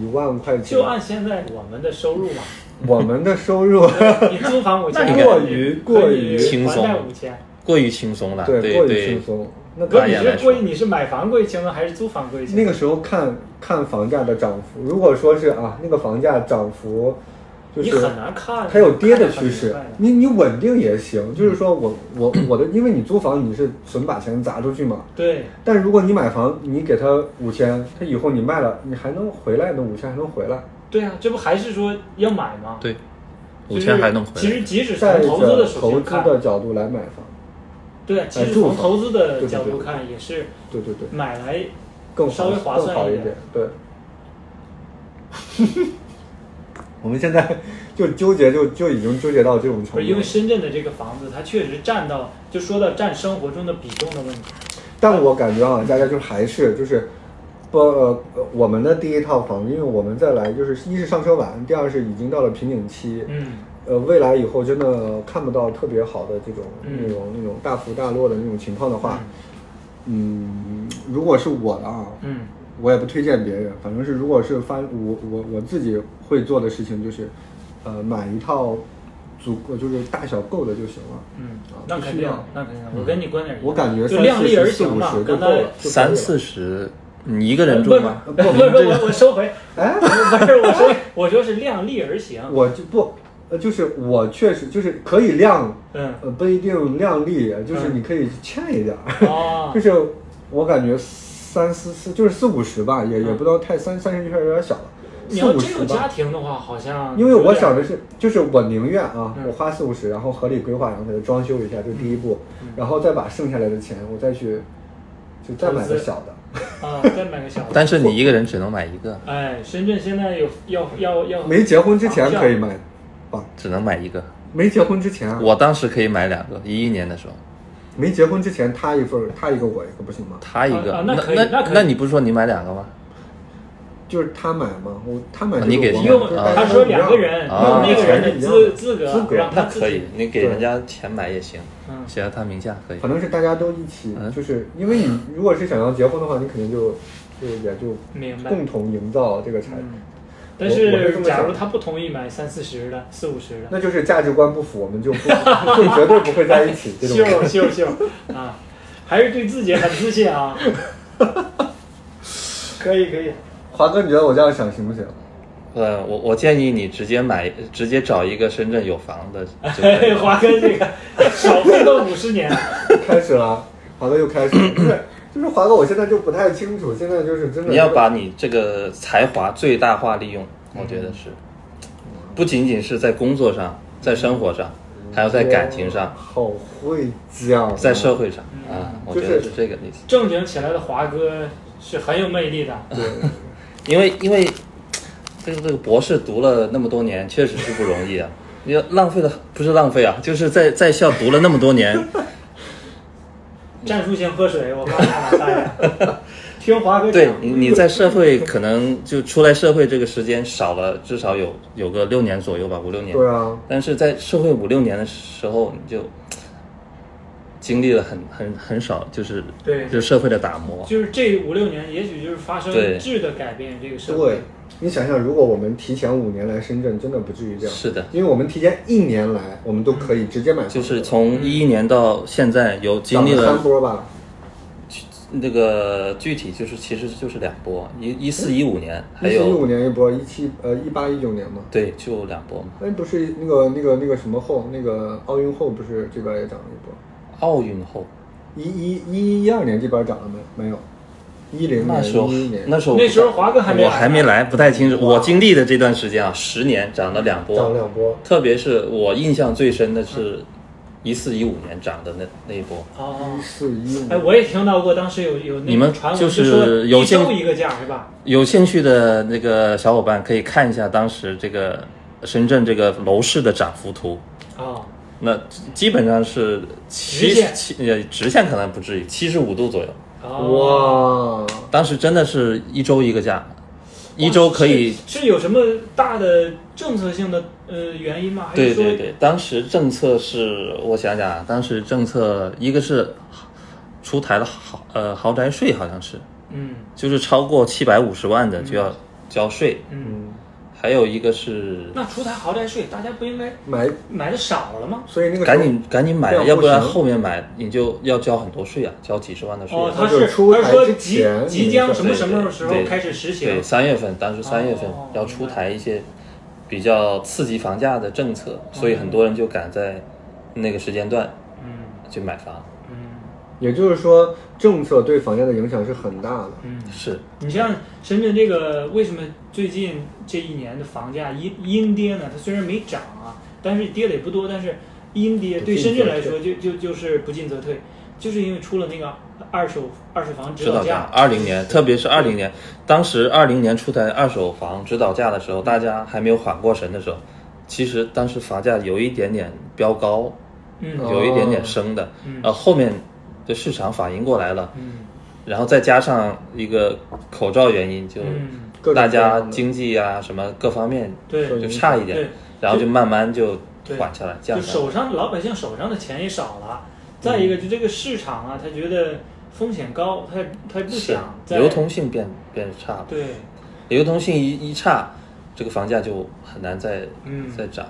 一万块钱
就，按现在我们的收 入嘛，
我们的收 入
你租房五
那
千，
你过于过于
轻
还
松
贷五千。
过于轻松了，
对
对
过于轻松。那
不
个
是，你
大家来
是
说
过于你是买房过于轻松，还是租房过于轻松？
那个时候看看房价的涨幅，如果说是啊，那个房价涨幅就
你
是
很难看，
它有跌的趋势
看得很明白，的
你你稳定也行。就是说我我我的，因为你租房你是纯把钱砸出去嘛，
对，
但如果你买房，你给他五千，他以后你卖了，你还能回来，那五千还能回来。
对啊，这不还是说要买吗？
对，
就
五
是
千还能回来。
其实即使
在
从投资的
这
属
投
性
资
看，
的角度来买房，
对啊，其
哎
实
住
从
房
投资
对
的
对
角度
对
看，也是
对对对，
买来
更
稍微划
更
算
好
一
一
点
点。对。 我们现在就纠结，就就已经纠结到这种
不
程
是因
度
为。深圳的这个房子，它确实占到，就说到占生活中的比重的问题。
但我感觉啊，大家就还是就是。不，呃，我们的第一套房子，因为我们再来就是，一是上车晚，第二是已经到了瓶颈期，
嗯，
呃，未来以后真的看不到特别好的这种、
嗯
那种那种大幅大落的那种情况的话，嗯，如果是我的啊，
嗯
我也不推荐别人，反正是如果是翻我我我自己会做的事情就是，呃，买一套足够就是大小够的就行了。
嗯
啊，
那肯
必须
定
要，
那肯定，我跟你观点一样，
我感觉
就
三
量
四
力而
十、四
行
五
嘛
十。就
刚
够了
才，
就可以
三
了
四十你一个人
不
住吗？
不不不不，我我收回，
哎，
不是我 说我说是量力而行，
我就不，呃，就是我确实就是可以量，
嗯，
呃，不一定量力，就是
嗯
你可以欠 一点儿，
哦
就，是我感觉三四四就是四五十吧，也也
嗯
不到太三三十确实有点小了，
你
四
要
五
真有
十
家
吧。
庭的话，好像
因为我想
有点
的是，就是我宁愿啊，
嗯
我花四五十，然后合理规划，然后给它装修一下，这是第一步，
嗯
然后再把剩下来的钱，我再去，就再买
投
个
资
小的。
啊，再买个小的。
但是你一个人只能买一个，
哎，深圳现在有要要要
没结婚之前可以买吧？
只能买一个。
没结婚之前啊，
我当时可以买两个，一一年的时候，
没结婚之前他一份儿，他一个我一个，不行吗？
他一个，
啊啊那
那
可以那
那
可以
你不是说你买两个吗？
就是他买嘛，我他买
啊
这个
你给
我买
谁
因
就
为
是大
他
家
说
都一样
两个人，
啊
那个人的资
资
资格
格
让他
那
自
可
己
以，，你给人家钱买也行，
嗯，
写在他名下可以
反。正是大家都一起，
嗯
就是因为你如果是想要结婚的话，你肯定就就也就
明白。
共同营造这个财，
嗯，但
我是这
是
么
假
想
如他不同意买三四十的、四五十的，
那就是价值观不符，我们就 不就绝对不会在一起这种。
秀秀秀啊，还是对自己很自 信啊。可以可以，
华哥，你觉得我这样想行不行？
呃，我我建议你直接买，直接找一个深圳有房的就可以
嘿
了。
华哥这个少奋斗五十年，
开始了，华哥又开 始了，就是就是华哥，我现在就不太清楚，现在就是真的
你要把你这个才华最大化利用，我觉得是，不仅仅是在工作上，在生活上，还要在感情上，
好会讲啊，
在社会上
嗯
啊，我
就
觉得
是
是这个意思。
正经起来的华哥是很有魅力的。
对。
因为因为这个这个博士读了那么多年，确实是不容易啊。 你要浪费了，不是浪费啊，就是在在校读了那么多 年，
战术性喝水，我看看哪仨 呀？啊听华哥
对
讲，
你你在社会可能就出来社会这个时间少了，至少有有个六年左右吧，五六年。
对啊，
但是在社会五六年的时候，你就经历了很很很少，就是
对
就社会的打磨。
就是这五六年，也许就是发生
对
质的改变，这个社会
对，你想想，如果我们提前五年来深圳，真的不至于这样。
是的，
因为我们提前一年来，我们都可以直接买房子，
就是从一一年到现在，有经历
涨
了
三波吧。
那个具体就是其实就是两波，一一四一五年还
一四一
有
五年一波，一七呃一八一九年嘛。
对，就两波嘛。
哎，不是那个那个那个什么后，那个奥运后不是这边也涨了一波？
奥运后
一一一一二年这边涨了没？没有，一零
那
年、
时候
一一年，
那时候
那时候华哥还没来
我还没来，不太清楚。我经历的这段时间啊，十年涨了两波，
涨了两波。
特别是我印象最深的是，一四一五年涨的那那一波。
哦
一。四一五
哎，，我也听到过，当时有有那
嗯你们
传闻，
就是
说
有
一周
幸
一个价是吧？
有兴趣的那个小伙伴可以看一下当时这个深圳这个楼市的涨幅图，
哦，
那基本上是七
直线
七呃直线可能不至于七十五度左右。
哦，
哇，
当时真的是一周一个价，一周可以。
是是有什么大的政策性的呃原因吗？还
对
是说
对对，当时政策是我想想啊，当时政策一个是出台了豪呃豪宅税，好像是
嗯
就是超过七百五十万的就要交税，
嗯，
还有一个是
那出台豪宅税，大家不应该
买，
买的少了吗？
所以那个时候
赶紧赶紧买
这样，不
要不然
行
后面买你就要交很多税啊，交几十万的税、
哦
啊。，
他
嗯就是出台
他说
之
即
前
即
你
将
是
什么
对
什么时候
对
开始实行
对，？三月份当时三月份
哦
要出台一些比较刺激房价的政策，所以很多人就赶在那个时间段
嗯
去买房。
嗯
也就是说，政策对房价的影响是很大的。
嗯。
是，
你像深圳这个，为什么最近这一年的房价阴阴跌呢？它虽然没涨啊，但是跌的也不多，但是阴跌
不
对
进
深圳来
则
说就就就是不进则退，就是因为出了那个二手二手房指
指
导
导
价
价，，二零年，特别是二零年，当时二零年出台二手房指导价的
嗯
时候，大家还没有缓过神的时候，其实当时房价有一点点飙高，
嗯
哦
有一点点升的，
嗯
呃，后面的市场反应过来了，
嗯
然后再加上一个口罩原因，就
嗯，
啊各种
大
各
家
样的
经济啊什么各方面
对，
就差一
对
点，然后就慢慢就
对
缓下来，降
就
下来。嗯
手上老百姓手上的钱也少了，再一个就这个市场啊，他觉得风险高，他他不
是
想再
流通性变变差了，
对，
流通性一一差，这个房价就很难再
嗯
再涨。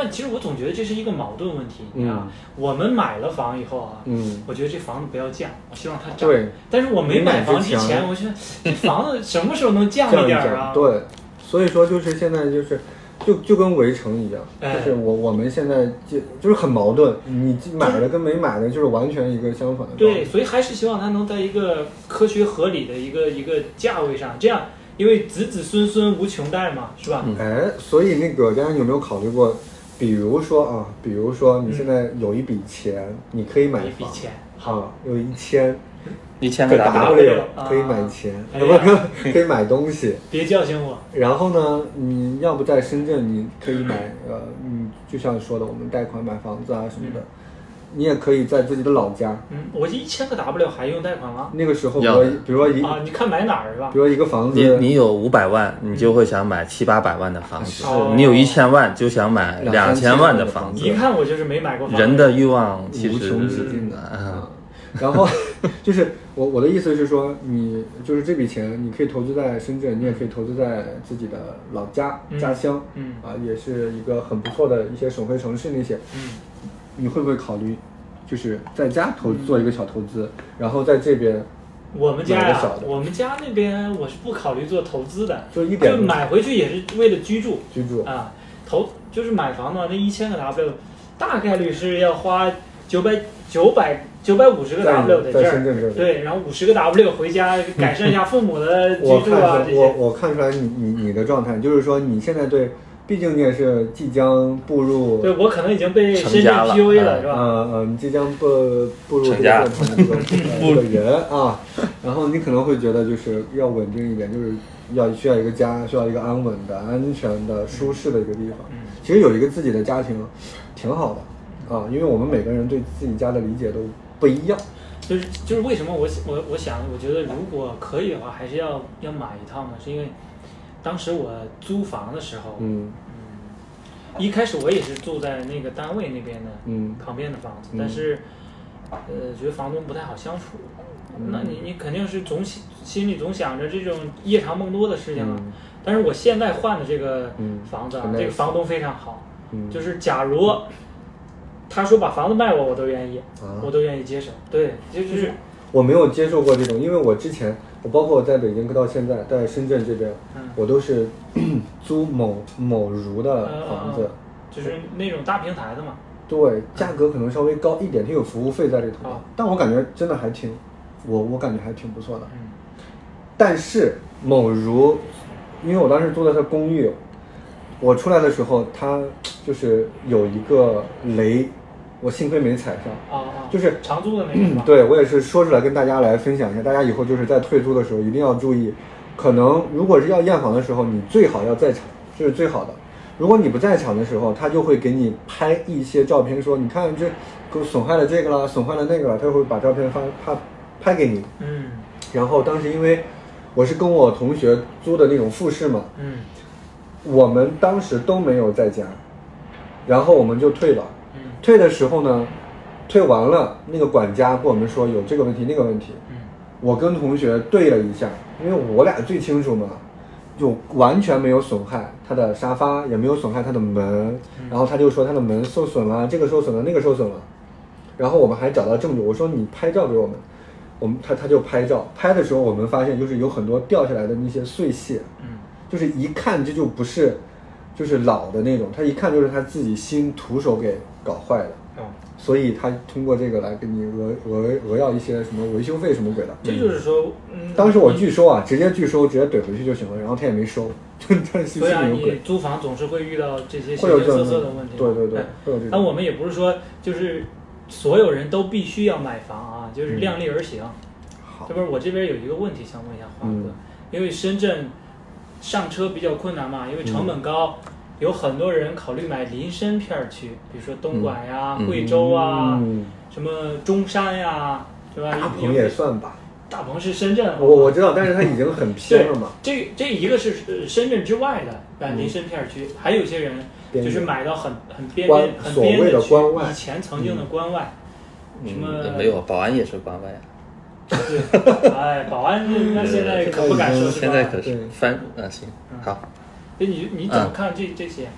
但其实我总觉得这是一个矛盾问题，你知道吗
嗯？
我们买了房以后啊，
嗯，
我觉得这房子不要降，我希望它涨。
对，
但是我没买房之
你买之
前，
前
我觉得这房子什么时候能降
降一
点
降，
儿啊？
对，所以说就是现在就是。就就跟围城一样，
哎嗯
就是我我们现在就就是很矛盾，你买的跟没买的就是完全一个相反的。
对，，所以还是希望它能在一个科学合理的一个一个价位上，这样，因为子子孙孙无穷代嘛，是吧？
哎，所以那个大家有没有考虑过，比如说啊，比如说你现在有一笔钱，你可以买
嗯一笔
房，
钱，
好，有一千
一千
个
个达不
W
了，
啊
可以买钱，
哎
不是 可以买东西。
别叫醒我。
然后呢，你要不在深圳，你可以买呃，嗯，就像你说的，我们贷款买房子啊什么的，你也可以在自己的老家。
嗯，我这一千个 W 还用贷款吗？
那个时候，比如
要
说
的
比如说一，
啊，你看买哪儿是吧
比？如说一个房
你
子，
你有五百万，你就会想买七八百万的房
是
子；
哦
你有一千万，就想买
两
两
三千
千
万
万
的
的
房
房
子
子。
一看我就是没买过房。
人的欲望其
无
实
穷止境的
啊
啊。然后 就是我我的意思是说，你就是这笔钱，你可以投资在深圳，你也可以投资在自己的老家
嗯
家乡，
嗯
啊，也是一个很不错的一些省会城市那些。
嗯，
你会不会考虑，就是在家投做一个小投资，然后在这边
我们家
买
呀、
个小的
我们家那边我是不考虑做投资的，
就一点
就买回去也是为了居住
居住？
啊。投就是买房的话，那一千个 W，大概率是要花九百九百九百五十个
在
W
你
在
在
这
深
儿，
圳这里，
对，然后五十个 W 回 家改善一下父母的居
我
住
看
啊
出
这
我
些。
我看出来你你你的状态，就是说你现在对，毕竟你也是即将步入
对，我可能已经被
成
深圳
家了
PUA
嗯
了，是吧？
呃呃，你即将步步入这个
成家
殿堂的这个 这个人啊，然后你可能会觉得就是要稳定一点，就是要需要一个家，需要一个安稳的、安全的、舒适的一个地方。
嗯
其实有一个自己的家庭，挺好的啊，因为我们每个人对自己家的理解都不一样。
就是就是为什么我想我我想我觉得如果可以的话，还是要要买一套呢？是因为当时我租房的时候，
嗯
嗯一开始我也是住在那个单位那边的
嗯
旁边的房子，
嗯
但是呃觉得房东不太好相处。
嗯
那你你肯定是总心心里总想着这种夜长梦多的事情啊。
嗯
但是我现在换的这个
嗯
房子啊，
很
这个
nice
房东非常好，
嗯，
就是假如他说把房子卖我，我都愿意，
啊
我都愿意接手。对，就就是
我没有接受过这种，因为我之前，我包括我在北京到现在，在深圳这边，
嗯
我都是 租某某如的呃房子。
嗯嗯嗯就是那种大平台的嘛。
对，价格可能稍微高一点，它有服务费在里头
啊，
但我感觉真的还挺，我我感觉还挺不错的。
嗯，
但是某如，因为我当时租的是公寓，我出来的时候，它就是有一个雷，我幸亏没踩上。
啊啊，
就是嗯
长租的那种嘛。
对我也是说出来跟大家来分享一下，大家以后就是在退租的时候一定要注意，可能如果是要验房的时候，你最好要在场，这是最好的。如果你不在场的时候，他就会给你拍一些照片，说你看这给我损坏了这个啦，损坏了那个啦，他会把照片发拍拍给你。
嗯
然后当时因为我是跟我同学租的那种复式嘛，
嗯
我们当时都没有在家，然后我们就退了。
嗯
退的时候呢，退完了，那个管家跟我们说有这个问题那个问题，
嗯
我跟同学对了一下，因为我俩最清楚嘛，就完全没有损害他的沙发，也没有损害他的门，然后他就说他的门受损了，这个受损了，那个受损了，然后我们还找到证据，我说你拍照给我们，我们他他就拍照，拍的时候我们发现就是有很多掉下来的那些碎屑，
嗯
就是一看这就不是，就是老的那种，他一看就是他自己新徒手给搞坏的，
哦，
所以他通过这个来给你讹讹讹要一些什么维修费什么鬼的。
这就是说，嗯，
当时我拒收啊，直接拒收，直接怼回去就行了，然后他也没收， 就这心
所以啊，
里有
你
鬼，
租房总是会遇到这些
会
形
有这
形
种
色色的问题。哎
对对对，会有这
但
种。
我们也不是说就是所有人都必须要买房啊，就是量力而行。
嗯好
这，不是我这边有一个问题想问一下华哥，
嗯
因为深圳上车比较困难嘛，因为成本高，
嗯
有很多人考虑买林深片儿区，比如说东莞呀、
嗯
惠州啊、
嗯，
什么中山呀，对吧？
大
有
鹏也算吧，
大鹏是深圳，
我我知道，但是他已经很偏了嘛，
这这一个是呃深圳之外的，啊，林深片儿区，还有一些人
嗯边
就
缘
是买到很很边
关
边很
所
边
谓的
区
关外嗯
以前曾经的 关外，什么
嗯，没有，保安也是关外啊。
对，哎，保安
嗯
那现在可不敢说是
现
吧？
在可是
对
翻啊，行，好，
就你你怎么看这这些？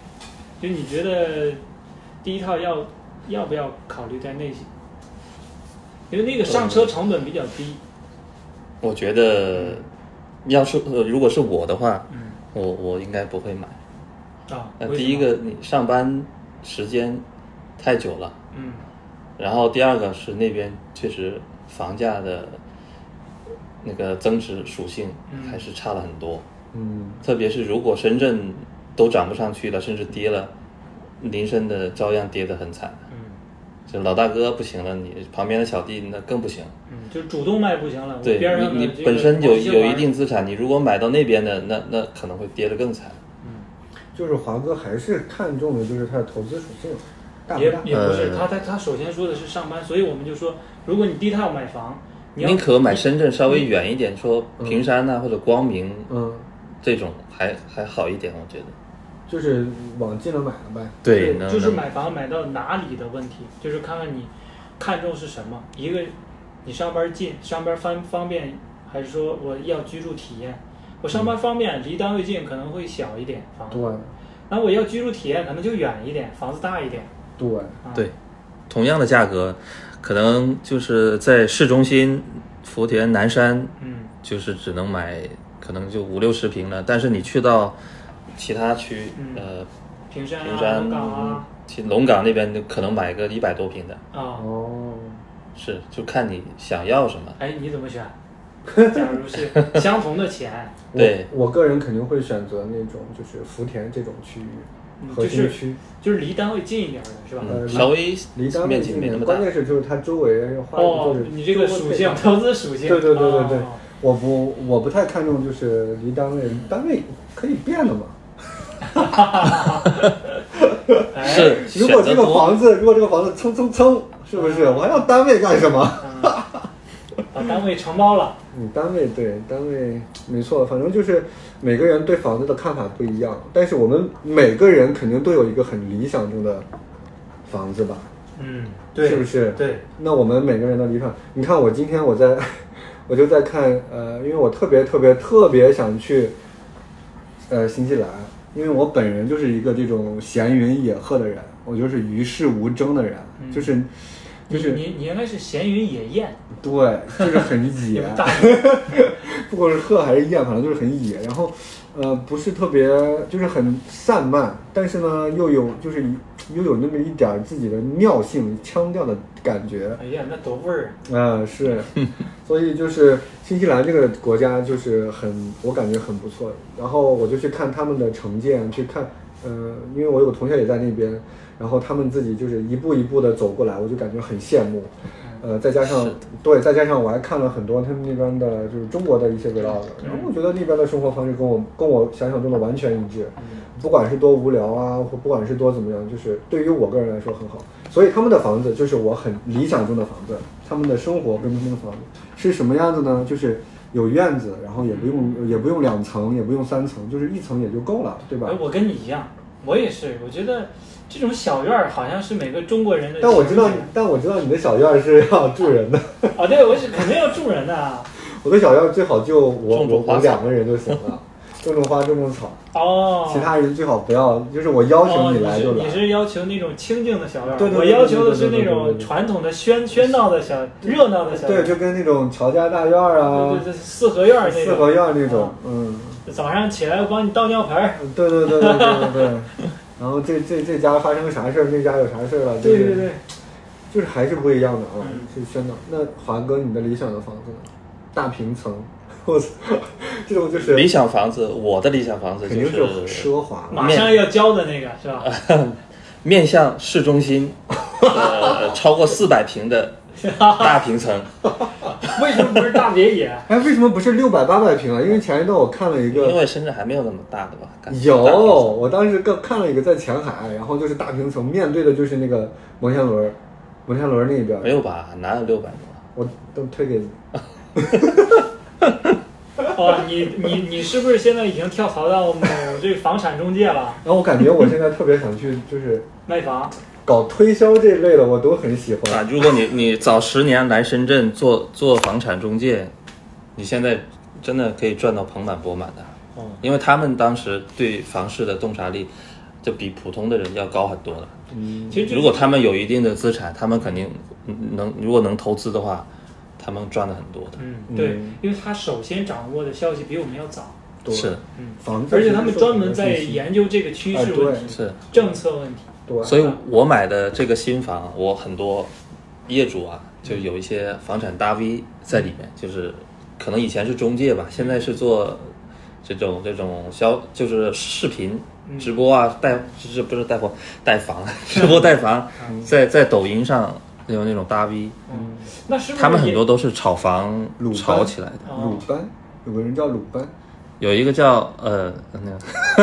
就你觉得第一套要要不要考虑在内？因为那个上车成本比较低。
我觉得，要是呃，如果是我的话，
嗯
我我应该不会买。
啊，
那
为
呃第
什
一
么，
个，你上班时间太久了，
嗯
然后第二个是那边确实房价的那个增值属性
嗯
还是差了很多，
嗯
特别是如果深圳都涨不上去了，甚至跌了，林深的照样跌得很惨。
嗯
就老大哥不行了，你旁边的小弟那更不行。
嗯，就主动卖不行了，我
对
边上的
你，
这
你
个
本身有
某些
有
玩
一
儿
定资产，你如果买到那边的，那那可能会跌得更惨。
就是华哥还是看重的就是他的投资属性大不
也
大？
也不是，
呃
他他他首先说的是上班，所以我们就说，如果你第一套买房，你要嗯
宁可买深圳稍微远一点，说平山啊呐、或者光明
嗯，
这种还还好一点，我觉得。
就是往近了买了呗。
对，
能
就是
能
买房买到哪里的问题，就是看看你看重是什么。一个，你上班近，上班方方便，还是说我要居住体验？我上
嗯
班方便，离单位近可能会小一点房
对
子，然后我要居住体验可能就远一点，房子大一点。
对，
啊、
对，同样的价格，可能就是在市中心福田南山，
嗯
就是只能买可能就五六十平了，但是你去到其他区，
嗯
呃，，
平山
平
啊，
山
龙岗啊，
其龙岗那边就可能买个一百多平的，
啊，
哦，
是就看你想要什么。
哎，你怎么 选？假如是相同的钱，
我
对
我个人肯定会选择那种就是福田这种区
嗯
域，
就
核心
是
区。
就是离单位近一点的是吧？
呃
嗯，稍微
离单位
面积
近
没那
点，
么大
关。键是就是它周围花
哦
就是，
你这个属性，投资属性，
对对对对对
哦，
我不我不太看重就是离单位，单位可以变的嘛。
哎，
是
如果
选
这个
择多，
房子，如果这个房子蹭蹭蹭，是不是？我还要单位干什么？
嗯把单位承包了，
嗯，单位对单位没错，反正就是每个人对房子的看法不一样，但是我们每个人肯定都有一个很理想中的房子吧？
嗯，对，
是不是
对，
那我们每个人的理想，你看我今天我在，我就在看，呃，因为我特别特别特别想去，呃，新西兰，因为我本人就是一个这种闲云野鹤的人，我就是与世无争的人，
嗯
就是就
你
是
你你应该是闲云野雁，
对，就是很
你
野，
们 大，
不管是鹤还是雁，反正就是很野。然后，呃，不是特别，就是很散漫，但是呢，又有就是又有那么一点儿自己的妙性、腔调的感觉。
哎呀，那多味儿
嗯，是，所以就是新西兰这个国家就是很，我感觉很不错。然后我就去看他们的城建，去看，呃，因为我有个同学也在那边，然后他们自己就是一步一步的走过来，我就感觉很羡慕。呃，再加上对，再加上我还看了很多他们那边的，就是中国的一些 vlog，然后我觉得那边的生活方式跟我跟我想象中的完全一致。
啊，嗯
不管是多无聊啊，或不管是多怎么样，就是对于我个人来说很好。所以他们的房子就是我很理想中的房子，他们的生活跟他们的房子是什么样子呢？就是有院子，然后也不用也不用两层，也不用三层，就是一层也就够了，对吧
哎，？我跟你一样，我也是，我觉得这种小院儿好像是每个中国人的，
但我知道，但我知道你的小院儿是要住人的，
啊，对，我是肯定要住人的啊，
我的小院儿最好就我我
种种花
我
草
两个人就行 了，种种花，种种草，
哦，
其他人最好不要，就是我邀请你来就
哦、你
来。
是你是要求那种清静的小院儿，
对对对
我要求的是
对对
那
对对对
种
对
传统的喧喧闹的小热闹的小院
对，
儿，
就跟那种乔家大院儿啊
对，对对，四合院儿那
四
种。
合院儿那种
啊，
嗯。
早上起来我帮你倒尿盆儿，
对对对对对对对。 然后这这这家发生个啥事儿，那家有啥事儿了，就
对
是
对对，
就是还是不一样的啊，
嗯
是喧闹。那华哥，你的理想的房子呢？大平层， 我操，这种就是
理想房子，我的理想房子
肯
就
定
是
是奢华的，
马上要交的那个是吧？
面向市中心，呃，超过四百平的大平层，
为什么不是大别野？
哎，为什么不是六百八百平啊？因为前一段我看了一
因
个。
为深圳还没有那么大的吧？感觉
有，
大平层
我当时刚看了一个在前海，然后就是大平层，面对的就是那个摩天轮儿，摩天轮儿那边儿
没，有吧？哪有六百多？
我都推给你。
哦，你你你是不是现在已经跳槽到某这房产中介了？
然后我感觉我现在特别想去，就是
卖房？
搞推销这类的，我都很喜欢。
啊，如果你你早十年来深圳做做房产中介，你现在
嗯
真的可以赚到盆满钵满的，
哦，
因为他们当时对房市的洞察力，就比普通的人要高很多了。
嗯，
其实这
如果他们有一定的资产，他们肯定能，如果能投资的话，他们赚的很多的。
嗯对
嗯，
因为他首先掌握的消息比我们要早，
对，
是
嗯，
房子，
而且他们专门在，
嗯
研究这个趋势问
哎
题、
是，
政策问题。
对，
所以我买的这个新房，我很多业主啊，就有一些房产大 V 在里面，就是可能以前是中介吧，现在是做这种这种销，就是视频
嗯
直播啊，带是不是带货带房， 直播带房，
嗯
在在抖音上有那种大 V，
嗯，那是不是
他们很
也
多都是炒房
鲁班
炒起来的。
哦
鲁班有个人叫鲁班，
有一个叫呃那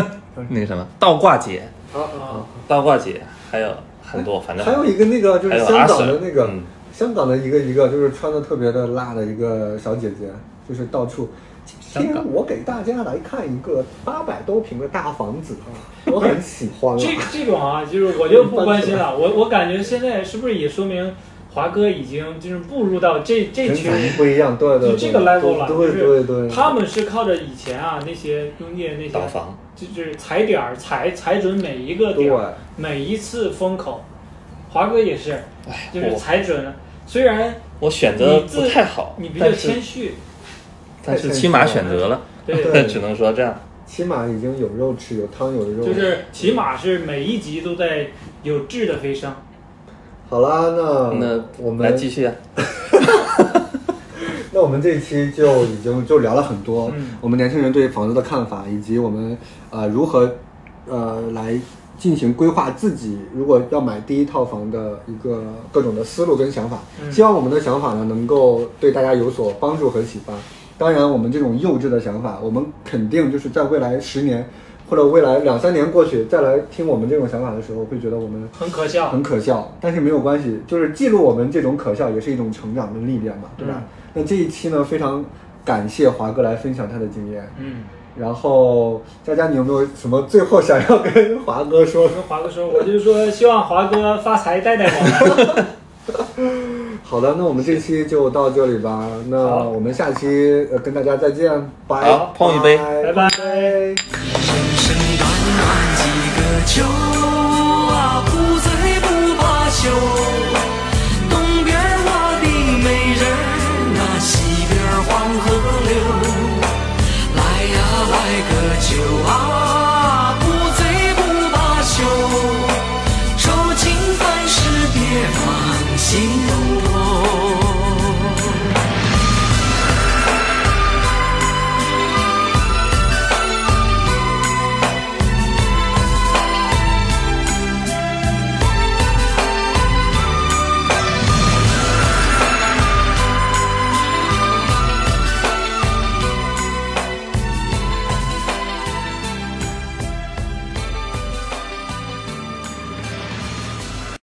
个
嗯
那个什么倒挂姐，
啊
啊，
倒挂姐，还有很多，反正
哎还有一个那个就是
还有
香港
阿
的
Sir，
那个
嗯，
香港的一个一个就是穿的特别的辣的一个小姐姐，就是到处。今
香
天
港
我给大家来看一个八百多平的大房子 啊，我很喜欢啊。
这这种啊，就是我就不关心了。我我感觉现在是不是也说明华哥已经就是步入到这这
人
群
才不一样，对对
就
对，
这个 level 了，
对
就
对
是
对，
他们是靠着以前啊那些中介那
倒
些，
房，
就是踩点儿踩踩准每一个
对
点儿，每一次风口。华哥也是，
哎，
就是
我
踩准了。虽然
我选择
你自
不太好，
你比较
但是
谦虚，
但是起码选择了，
对，
对
只能说这样。
起码已经有肉吃，有汤有肉。
就是起码是每一集都在有质的飞升。
好啦，那
嗯
嗯那
嗯我
来
们
继续啊，
那我们这一期就已经就聊了很多，
嗯
我们年轻人对房子的看法，以及我们呃如何呃来进行规划自己如果要买第一套房的一个各种的思路跟想法。
嗯
希望我们的想法呢能够对大家有所帮助和启发。当然，我们这种幼稚的想法，我们肯定就是在未来十年或者未来两三年过去再来听我们这种想法的时候，会觉得我们
很可笑，
很可笑，但是没有关系，就是记录我们这种可笑也是一种成长跟历练嘛，对吧？
嗯
那这一期呢，非常感谢华哥来分享他的经验。
嗯，
然后佳佳，你有没有什么最后想要跟华哥说
我？跟华哥说，我就说希望华哥发财带带我 们。
好的，那我们这期就到这里吧。那
好
我们下期、呃、跟大家再见，拜
好碰一杯
拜拜
拜